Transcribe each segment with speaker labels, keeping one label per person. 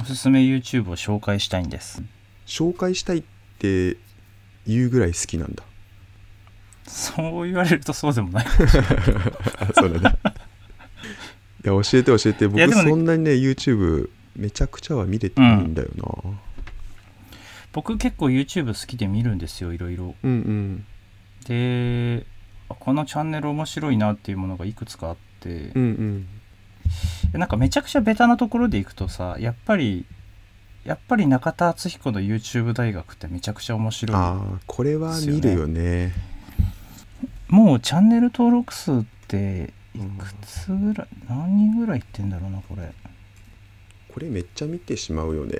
Speaker 1: おすすめ YouTube を紹介したいんです
Speaker 2: 紹介したいって言うぐらい好きなんだ
Speaker 1: そう言われるとそうでもない
Speaker 2: あそうだねいや教えて教えて僕
Speaker 1: いやでもね
Speaker 2: そんなにね YouTube めちゃくちゃは見れてないんだよな、
Speaker 1: 僕結構 YouTube 好きで見るんですよいろいろ
Speaker 2: うん、うん
Speaker 1: であこのチャンネル面白いなっていうものがいくつかあって
Speaker 2: うんうん
Speaker 1: でなんかめちゃくちゃベタなところでいくとさやっぱりやっぱり中田敦彦の YouTube 大学ってめちゃくちゃ面白い
Speaker 2: ああこれは見るよね
Speaker 1: もうチャンネル登録数っていくつぐらい、何人ぐらいいってんだろうなこれ
Speaker 2: これめっちゃ見てしまうよね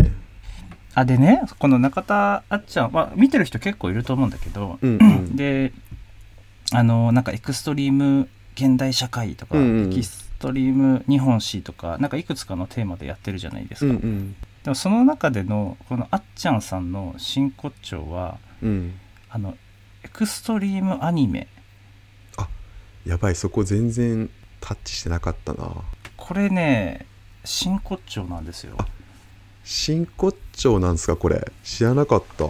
Speaker 1: あでねこの中田あっちゃんは見てる人結構いると思うんだけど、
Speaker 2: うんうん
Speaker 1: であのなんかエクストリーム現代社会とか、
Speaker 2: うんうん
Speaker 1: エキストリーム日本史とかなんかいくつかのテーマでやってるじゃないです
Speaker 2: うん
Speaker 1: か、
Speaker 2: う
Speaker 1: で
Speaker 2: ん
Speaker 1: もその中でのこのあっちゃんさんの真骨頂は
Speaker 2: うん
Speaker 1: あのエクストリームアニメ
Speaker 2: やばいそこ全然タッチしてなかったな
Speaker 1: これね真骨頂なんですよ
Speaker 2: あ真骨頂なんですかこれ知らなかった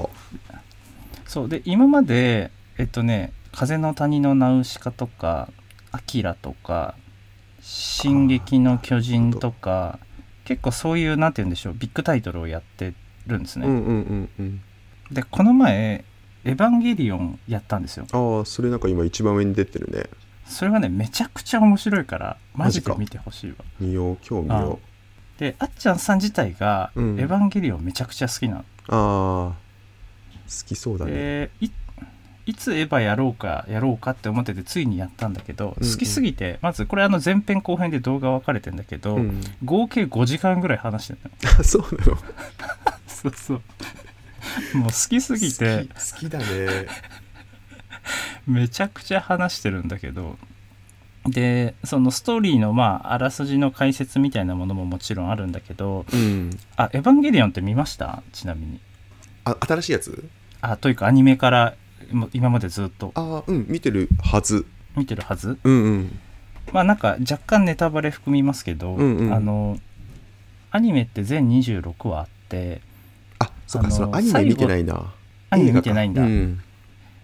Speaker 1: そうで今までえっとね「風の谷のナウシカ」とか「アキラ」とか「進撃の巨人」とか結構そういうなんて言うんでしょうビッグタイトルをやってるんですね、
Speaker 2: うんうんうんうん
Speaker 1: でこの前「エヴァンゲリオン」やったんですよ
Speaker 2: ああそれなんか今一番上に出てるね
Speaker 1: それはねめちゃくちゃ面白いからマジで
Speaker 2: マジか
Speaker 1: 見てほしいわ
Speaker 2: 見よう今日見よ
Speaker 1: であっちゃんさん自体が「エ
Speaker 2: うん
Speaker 1: ヴァンゲリオン」めちゃくちゃ好きなの
Speaker 2: うああ好きそうだね、
Speaker 1: でいいつエヴァやろうかやろうかって思っててついにやったんだけど、
Speaker 2: うんうん
Speaker 1: 好きすぎてまずこれあの前編後編で動画分かれてんだけど、
Speaker 2: うん、
Speaker 1: 合計5時間ぐらい話してるの
Speaker 2: あ そうなの
Speaker 1: そうそうもう好きすぎて
Speaker 2: 好き好きだね
Speaker 1: めちゃくちゃ話してるんだけどでそのストーリーのまああらすじの解説みたいなものももちろんあるんだけど
Speaker 2: うん
Speaker 1: あエヴァンゲリオンって見ましたちなみに
Speaker 2: あ新しいやつ
Speaker 1: あというかアニメからも今までずっと
Speaker 2: ああうん見てるはず
Speaker 1: 見てるはず
Speaker 2: うんうん
Speaker 1: まあなんか若干ネタバレ含みますけど、
Speaker 2: うんうん
Speaker 1: あのアニメって全26話あって
Speaker 2: あそっか
Speaker 1: あの
Speaker 2: そのアニメ見てないな
Speaker 1: アニメ
Speaker 2: 映画
Speaker 1: 見
Speaker 2: か
Speaker 1: てないんだ、
Speaker 2: うん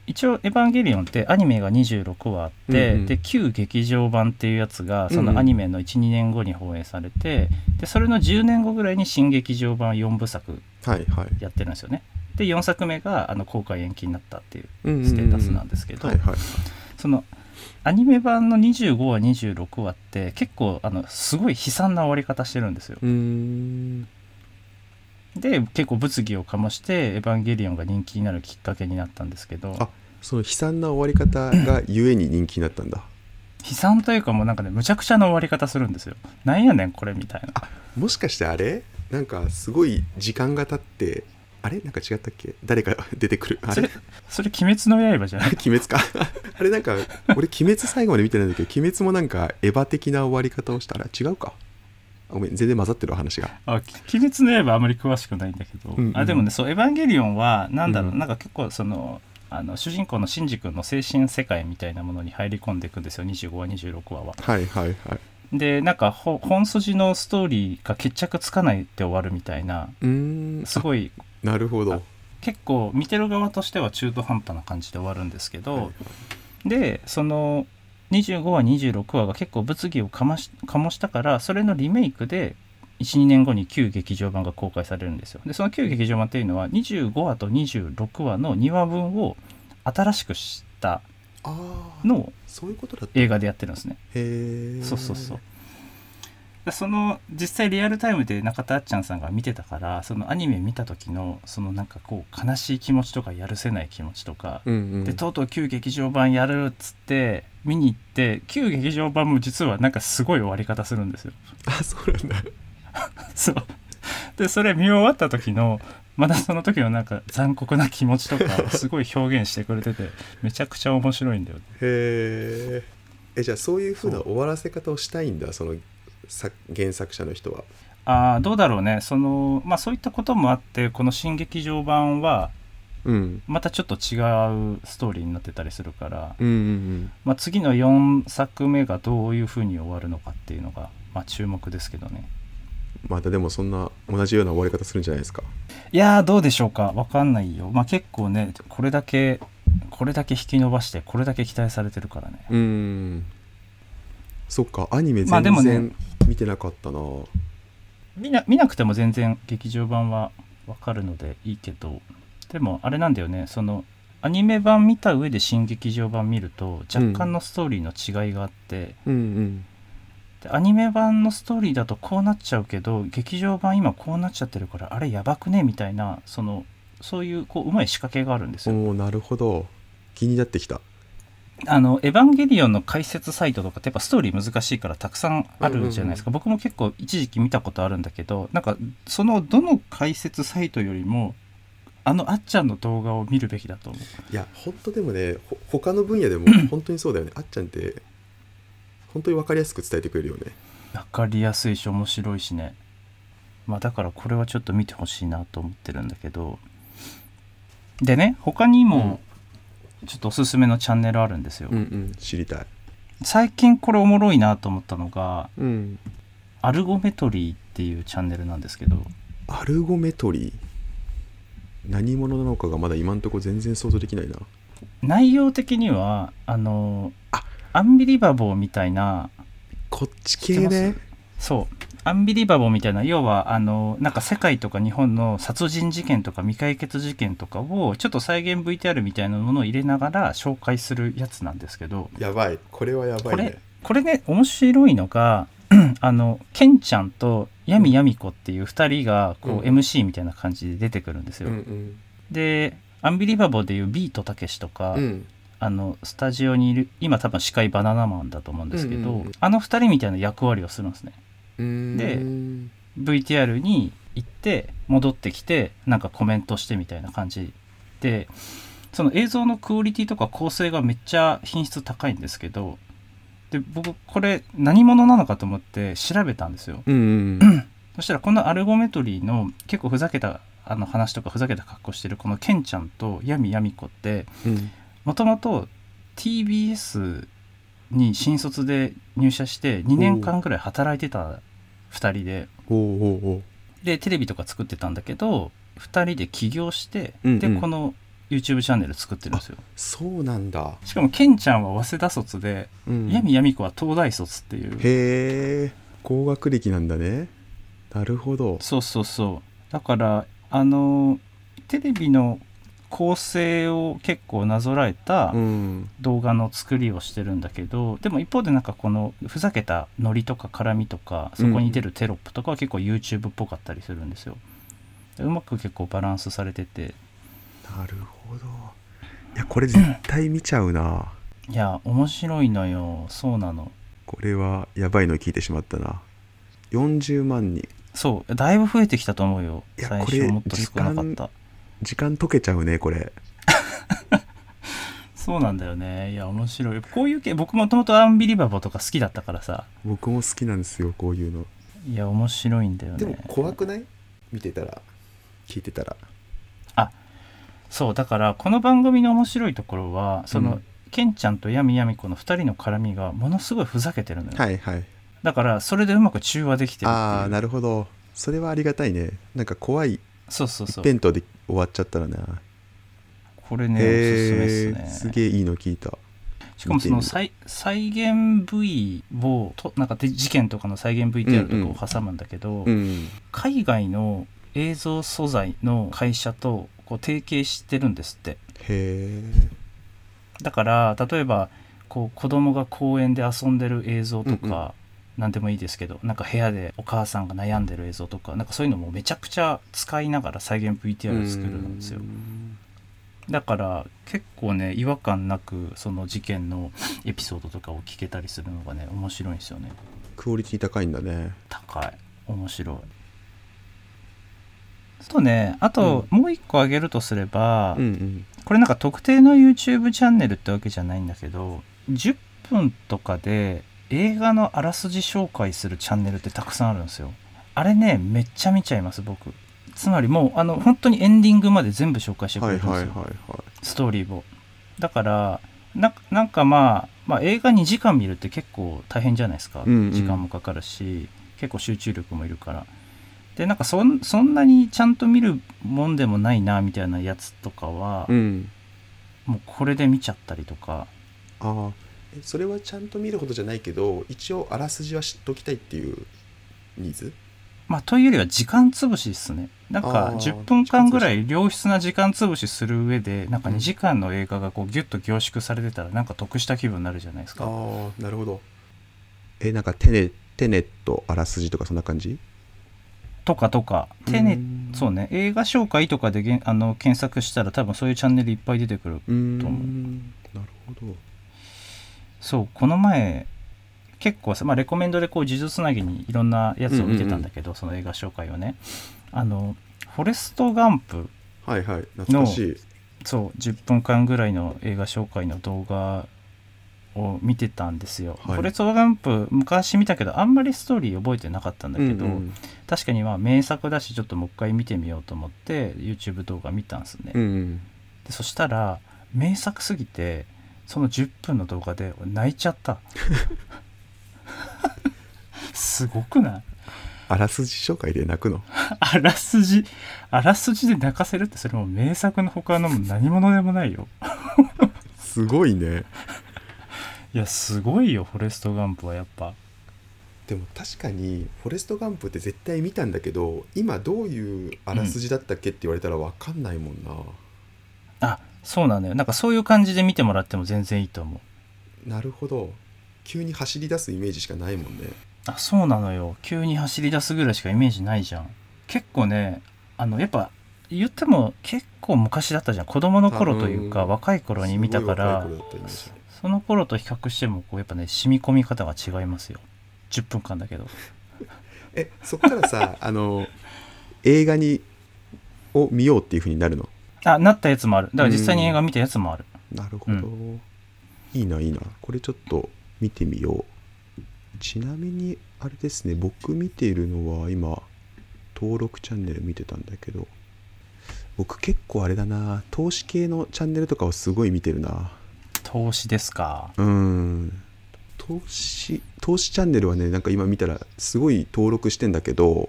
Speaker 1: 一応「エヴァンゲリオン」ってアニメが26話あって、
Speaker 2: うんうん
Speaker 1: で旧劇場版っていうやつがそ
Speaker 2: うんうん
Speaker 1: のアニメの12年後に放映されてでそれの10年後ぐらいに新劇場版4部作
Speaker 2: はいはい
Speaker 1: やってるんですよねで4作目があの公開延期になったっていうス
Speaker 2: ス
Speaker 1: テータスなん
Speaker 2: だ
Speaker 1: ですけど、
Speaker 2: はいはい
Speaker 1: そのアニメ版の25話26話って結構あのすごい悲惨な終わり方してるんですよ
Speaker 2: うーん
Speaker 1: で結構物議を醸して「エヴァンゲリオン」が人気になるきっかけになったんですけど
Speaker 2: あその悲惨な終わり方がゆえに人気になったんだ
Speaker 1: 悲惨というかもうなんかねむちゃくちゃな終わり方するんですよなんやねんこれみたいな
Speaker 2: もしかしてあれなんかすごい時間が経ってあれなんか違ったっけ誰か出てくるあ
Speaker 1: そ
Speaker 2: れ
Speaker 1: れそれ「鬼滅の刃」じゃない
Speaker 2: 鬼滅か あれなんか俺鬼滅最後まで見てないんだけど鬼滅もなんかエヴァ的な終わり方をしたあれ違うかごめん全然混ざってるわ話が
Speaker 1: あき鬼滅の刃あまり詳しくないんだけど、
Speaker 2: うんうん
Speaker 1: あでもねそう「エヴァンゲリオンは」なんだろう、
Speaker 2: うん
Speaker 1: なんか結構そのあの主人公のシンジ君の精神世界みたいなものに入り込んでいくんですよ25話26話は。
Speaker 2: はいはいはい
Speaker 1: でなんかほ本筋のストーリーが決着つかないで終わるみたいな
Speaker 2: うーん
Speaker 1: すごい
Speaker 2: あなるほど
Speaker 1: 結構見てる側としては中途半端な感じで終わるんですけど、
Speaker 2: はいはい
Speaker 1: でその25話26話が結構物議をかまし醸したからそれのリメイクで12年後に旧劇場版が公開されるんですよでその旧劇場版っていうのは25話と26話の2話分を新しくした
Speaker 2: ああ
Speaker 1: のを
Speaker 2: そういうことだったへ
Speaker 1: 映画でやってるんですね
Speaker 2: え
Speaker 1: そうそうそうでその実際リアルタイムで中田あっちゃんさんが見てたからそのアニメ見た時のそのなんかこう悲しい気持ちとかやるせない気持ちとか、
Speaker 2: うんうん
Speaker 1: でとうとう旧劇場版やるっつって見に行って旧劇場版も実はなんかすごい終わり方するんですよ
Speaker 2: あそうなんだ
Speaker 1: そうでそれ見終わった時のまだその時のなんか残酷な気持ちとかをすごい表現してくれててめちゃくちゃ面白いんだよ
Speaker 2: へえじゃあそういうふうな
Speaker 1: そう
Speaker 2: 終わらせ方をしたいんだそのさ原作者の人は
Speaker 1: ああどうだろうねそのまあそういったこともあってこの新劇場版は
Speaker 2: うん
Speaker 1: またちょっと違うストーリーになってたりするから、
Speaker 2: うんうん
Speaker 1: まあ、次の4作目がどういうふうに終わるのかっていうのが、まあ、注目ですけどね
Speaker 2: またでもそんな同じような終わり方するんじゃないですか
Speaker 1: いやーどうでしょうかわかんないよまあ結構ねこれだけこれだけ引き伸ばしてこれだけ期待されてるからね
Speaker 2: うーんそっかアニメ
Speaker 1: まあ
Speaker 2: 全
Speaker 1: でもね
Speaker 2: 然見てなかったな、
Speaker 1: 見な見なくても全然劇場版はわかるのでいいけどでもあれなんだよねそのアニメ版見た上で新劇場版見ると若干のストーリーの違いがあって、
Speaker 2: うんうん
Speaker 1: でアニメ版のストーリーだとこうなっちゃうけど劇場版今こうなっちゃってるからあれやばくねみたいなそのそういうこううまい仕掛けがあるんですよ。
Speaker 2: おおなるほど気になってきた
Speaker 1: あの「エヴァンゲリオン」の解説サイトとかってやっぱストーリー難しいからたくさんあるじゃないですか、僕も結構一時期見たことあるんだけどなんかそのどの解説サイトよりもあのあっちゃんの動画を見るべきだと思う
Speaker 2: いや本当でもねほ他の分野で も本当にそうだよねあっちゃんって本当に分かりやすく伝えてくれるよね
Speaker 1: 分かりやすいし面白いしねまあだからこれはちょっと見てほしいなと思ってるんだけどでね他にもちょっとおすすめのチャンネルあるんですよ、
Speaker 2: うんうん知りたい
Speaker 1: 最近これおもろいなと思ったのが
Speaker 2: うん
Speaker 1: アルゴメトリーっていうチャンネルなんですけど
Speaker 2: アルゴメトリー何者なのかがまだ今んとこ全然想像できないな
Speaker 1: 内容的にはあの
Speaker 2: あ
Speaker 1: アンビリバボーみたいな
Speaker 2: こっち
Speaker 1: 知
Speaker 2: 系
Speaker 1: って
Speaker 2: ね
Speaker 1: まそうアンビリバボーみたいな要はあのなんか世界とか日本の殺人事件とか未解決事件とかをちょっと再現 VTR みたいなものを入れながら紹介するやつなんですけど
Speaker 2: やばいこれはやばいね
Speaker 1: これね面白いのが あのケンちゃんとヤミヤミコっていう2人がこう
Speaker 2: うん
Speaker 1: MC みたいな感じで出てくるんですよ。
Speaker 2: うん
Speaker 1: でアンビリバボーでいうビートたけしとか、
Speaker 2: うんうん
Speaker 1: あのスタジオにいる今多分司会バナナマンだと思うんですけど、
Speaker 2: うんうんうん
Speaker 1: あの2人みたいな役割をするんですね
Speaker 2: うーん
Speaker 1: VTR に行って戻ってきてなんかコメントしてみたいな感じでその映像のクオリティとか構成がめっちゃ品質高いんですけどで僕これ何者なのかと思って調べたんですよ
Speaker 2: うんうんうん
Speaker 1: そしたらこのアルゴメトリーの結構ふざけたあの話とかふざけた格好してるこのケンちゃんとヤミヤミコって
Speaker 2: うん
Speaker 1: もともと TBS に新卒で入社して2年間ぐらい働いてた2人で
Speaker 2: おうおうおう
Speaker 1: でテレビとか作ってたんだけど2人で起業して、
Speaker 2: うんうん
Speaker 1: でこの YouTube チャンネル作ってるんですよ
Speaker 2: そうなんだ、
Speaker 1: しかもケンちゃんは早稲田卒で、
Speaker 2: うん
Speaker 1: ヤミヤミ子は東大卒っていう
Speaker 2: へえ高学歴なんだねなるほど
Speaker 1: そうそうそうだからあのテレビの構成を結構なぞらえた、
Speaker 2: うん
Speaker 1: 動画の作りをしてるんだけどでも一方でなんかこのふざけたノリとか絡みとかそこに出るテロップとかは結構 YouTube っぽかったりするんですよ。でうまく結構バランスされてて
Speaker 2: なるほどいやこれ絶対見ちゃうない
Speaker 1: や面白いのよそうなの
Speaker 2: これはやばいの聞いてしまったな40万人
Speaker 1: そうだいぶ増えてきたと思うよ
Speaker 2: いや
Speaker 1: 最
Speaker 2: こ
Speaker 1: 初
Speaker 2: れ
Speaker 1: もっと少なかった
Speaker 2: 時間解けちゃうねこれ
Speaker 1: そうなんだよねいや面白いこういう系僕もともとアンビリバボーとか好きだったからさ
Speaker 2: 僕も好きなんですよこういうの
Speaker 1: いや面白いんだよね
Speaker 2: くない見てたら聞いてたら
Speaker 1: そうだからこの番組の面白いところはその、
Speaker 2: うん
Speaker 1: ケンちゃんとヤミヤミ子の2人の絡みがものすごいふざけてるのよ、
Speaker 2: はいはい
Speaker 1: だからそれでうまく中和できてるって
Speaker 2: ああ
Speaker 1: いう
Speaker 2: なるほどそれはありがたいねなんか怖い
Speaker 1: そうそうそ
Speaker 2: 一
Speaker 1: う
Speaker 2: 辺倒で終わっちゃったらな
Speaker 1: これねおすすめ
Speaker 2: へ
Speaker 1: で
Speaker 2: え
Speaker 1: す
Speaker 2: す
Speaker 1: ね
Speaker 2: げえいいの聞いた
Speaker 1: しかもその
Speaker 2: 見て
Speaker 1: 再再現 V をとなんかで事件とかの再現 VTR とかを挟むんだけど、
Speaker 2: うん
Speaker 1: 海外の映像素材の会社とこう提携してるんですって
Speaker 2: へえ
Speaker 1: だから例えばこう子供が公園で遊んでる映像とか、
Speaker 2: うん
Speaker 1: 何でもいいですけどなんか部屋でお母さんが悩んでる映像とかなんかそういうのもめちゃくちゃ使いながら再現 VTR を作るんですよだから結構ね違和感なくその事件のエピソードとかを聞けたりするのがね面白いんですよね
Speaker 2: クオリティ高いんだね
Speaker 1: 高い面白いあとねあともう一個挙げるとすれば、
Speaker 2: うん
Speaker 1: これなんか特定の YouTube チャンネルってわけじゃないんだけど10分とかで映画のあらすじ紹介するチャンネルってたくさんあるんですよあれねめっちゃ見ちゃいます僕つまりもうあの本当にエンディングまで全部紹介し
Speaker 2: う
Speaker 1: て
Speaker 2: ん
Speaker 1: く
Speaker 2: は
Speaker 1: れるん
Speaker 2: い
Speaker 1: ですよ、
Speaker 2: はいはいはい
Speaker 1: ストーリーをだからななんかまあ、まあ、映画2時間見るって結構大変じゃないですか、
Speaker 2: うんうん
Speaker 1: 時間もかかるし結構集中力もいるからでなんかそんそんなにちゃんと見るもんでもないなみたいなやつとかは、
Speaker 2: うん
Speaker 1: もうこれで見ちゃったりとか
Speaker 2: ああえそれはちゃんと見るほどじゃないけど一応あらすじは知っときたいっていうニーズ
Speaker 1: まあというよりは時間つぶしですねなんか
Speaker 2: あー
Speaker 1: 10分間ぐらい良質な時間つぶしする上でなんか2時間の映画がこうギュッと凝縮されてたらなんか得した気分になるじゃないですか
Speaker 2: ああなるほどえなんかテネテネットあらすじとかそんな感じ
Speaker 1: とかとかテネそうね映画紹介とかでげんあの検索したら多分そういうチャンネルいっぱい出てくる
Speaker 2: うーん
Speaker 1: と思う
Speaker 2: なるほど
Speaker 1: そうこの前結構さ、まあ、レコメンドでこう呪術つなぎにいろんなやつを見てたんだけど、その映画紹介をねあのフォレスト・ガンプ
Speaker 2: はいはい懐かしい
Speaker 1: そう10分間ぐらいの映画紹介の動画を見てたんですよ、
Speaker 2: はい
Speaker 1: フォレスト・ガンプ昔見たけどあんまりストーリー覚えてなかったんだけど、
Speaker 2: うんうん
Speaker 1: 確かにまあ名作だしちょっともう一回見てみようと思って YouTube 動画見たんですね、
Speaker 2: うんうん
Speaker 1: でそしたら名作すぎてその10分の動画で俺泣いちゃったすごくない
Speaker 2: あらすじ紹介で泣くの
Speaker 1: あらすじあらすじで泣かせるってそれもう名作の他のも何者でもないよ
Speaker 2: すごいね
Speaker 1: いやすごいよフォレスト・ガンプはやっぱ
Speaker 2: でも確かに「フォレスト・ガンプ」って絶対見たんだけど今どういうあらすじだったっけって言われたら分かんないもんな、
Speaker 1: あそうなんだよなんかそういう感じで見てもらっても全然いいと思う
Speaker 2: なるほど急に走り出すイメージしかないもんね
Speaker 1: あそうなのよ急に走り出すぐらいしかイメージないじゃん結構ねあのやっぱ言っても結構昔だったじゃん子供の頃という
Speaker 2: あ
Speaker 1: か
Speaker 2: うん
Speaker 1: 若い頃に見たから
Speaker 2: すごい若い頃だったイメージ
Speaker 1: その頃と比較してもこうやっぱね染み込み方が違いますよ10分間だけど
Speaker 2: えそっからさあの映画にを見ようっていうふうになるの
Speaker 1: あなったやつもあるだから実際に映画見たやつもある
Speaker 2: なるほど、
Speaker 1: う
Speaker 2: いいないいなこれちょっと見てみようちなみにあれですね僕見ているのは今登録チャンネル見てたんだけど僕結構あれだな投資系のチャンネルとかをすごい見てるな
Speaker 1: 投資ですか
Speaker 2: うーん投資投資チャンネルはねなんか今見たらすごい登録してんだけど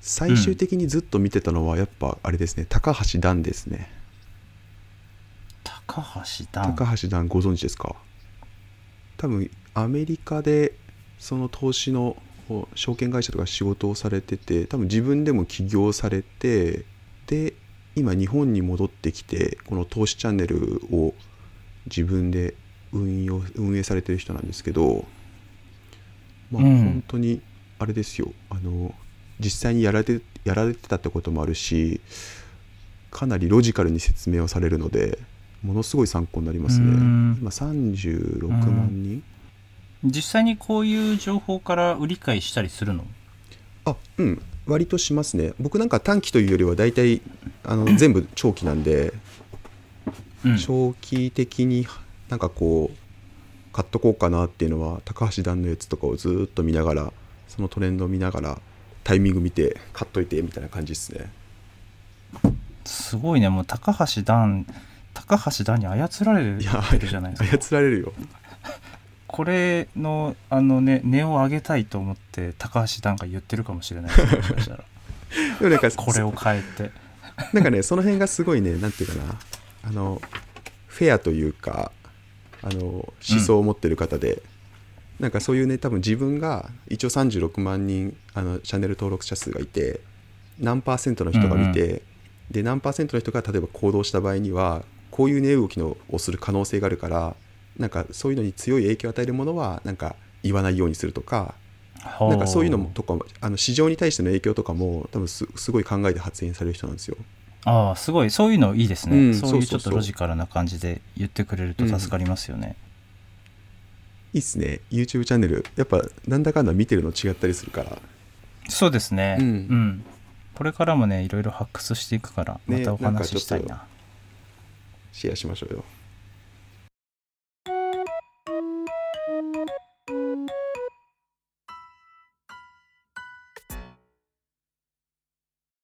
Speaker 2: 最終的にずっと見てたのはやっぱあれですね、高橋段ですね
Speaker 1: 高橋段
Speaker 2: 高橋段ご存知ですか多分アメリカでその投資のこう証券会社とか仕事をされてて多分自分でも起業されてで今日本に戻ってきてこの投資チャンネルを自分で運用運営されてる人なんですけどまあ
Speaker 1: うん
Speaker 2: 本当にあれですよ、あの実際にやられてやられてたってこともあるしかなりロジカルに説明をされるのでものすごい参考になりますね
Speaker 1: うん
Speaker 2: 今36万人
Speaker 1: 実際にこういう情報から売り買いしたりするの
Speaker 2: あうん割としますね僕なんか短期というよりは大体 あの全部長期なんで
Speaker 1: うん
Speaker 2: 長期的になんかこう買っとこうかなっていうのは高橋段のやつとかをずーっと見ながらそのトレンドを見ながらタイミング見て買っといてみたいな感じですね
Speaker 1: すごいねもう高橋段高橋段に操られ
Speaker 2: いや
Speaker 1: てるじゃないですか
Speaker 2: 操られるよ
Speaker 1: これのあのね値を上げたいと思って高橋段が言ってるかもしれないですもしか したら
Speaker 2: でもなんか
Speaker 1: これを変えて
Speaker 2: なんかね、その辺がすごいね、なんていうかな、あの、フェアというか、あの、思想を持ってる方で、なんかそういうね、多分自分が一応36万人、あの、チャンネル登録者数がいて、何パーセントの人が見て、で、何パーセントの人が例えば行動した場合には、こういう値動きのをする可能性があるから、なんかそういうのに強い影響を与えるものは、なんか言わないようにするとか、なんかそういうのもとかもあの市場に対しての影響とかも多分すすごい考えて発言される人なんですよ。
Speaker 1: ああすごいそういうのいいですね、
Speaker 2: うん
Speaker 1: そういう
Speaker 2: そ
Speaker 1: ちょ
Speaker 2: うそうそ
Speaker 1: っ
Speaker 2: う
Speaker 1: とロジカルな感じで言ってくれると助かりますよね、
Speaker 2: いいっすね YouTube チャンネルやっぱなんだかんだ見てるの違ったりするから
Speaker 1: そうですねう、
Speaker 2: うんん
Speaker 1: これからもねいろいろ発掘していくからま
Speaker 2: ね
Speaker 1: たお話ししたいな
Speaker 2: シェアしましょうよ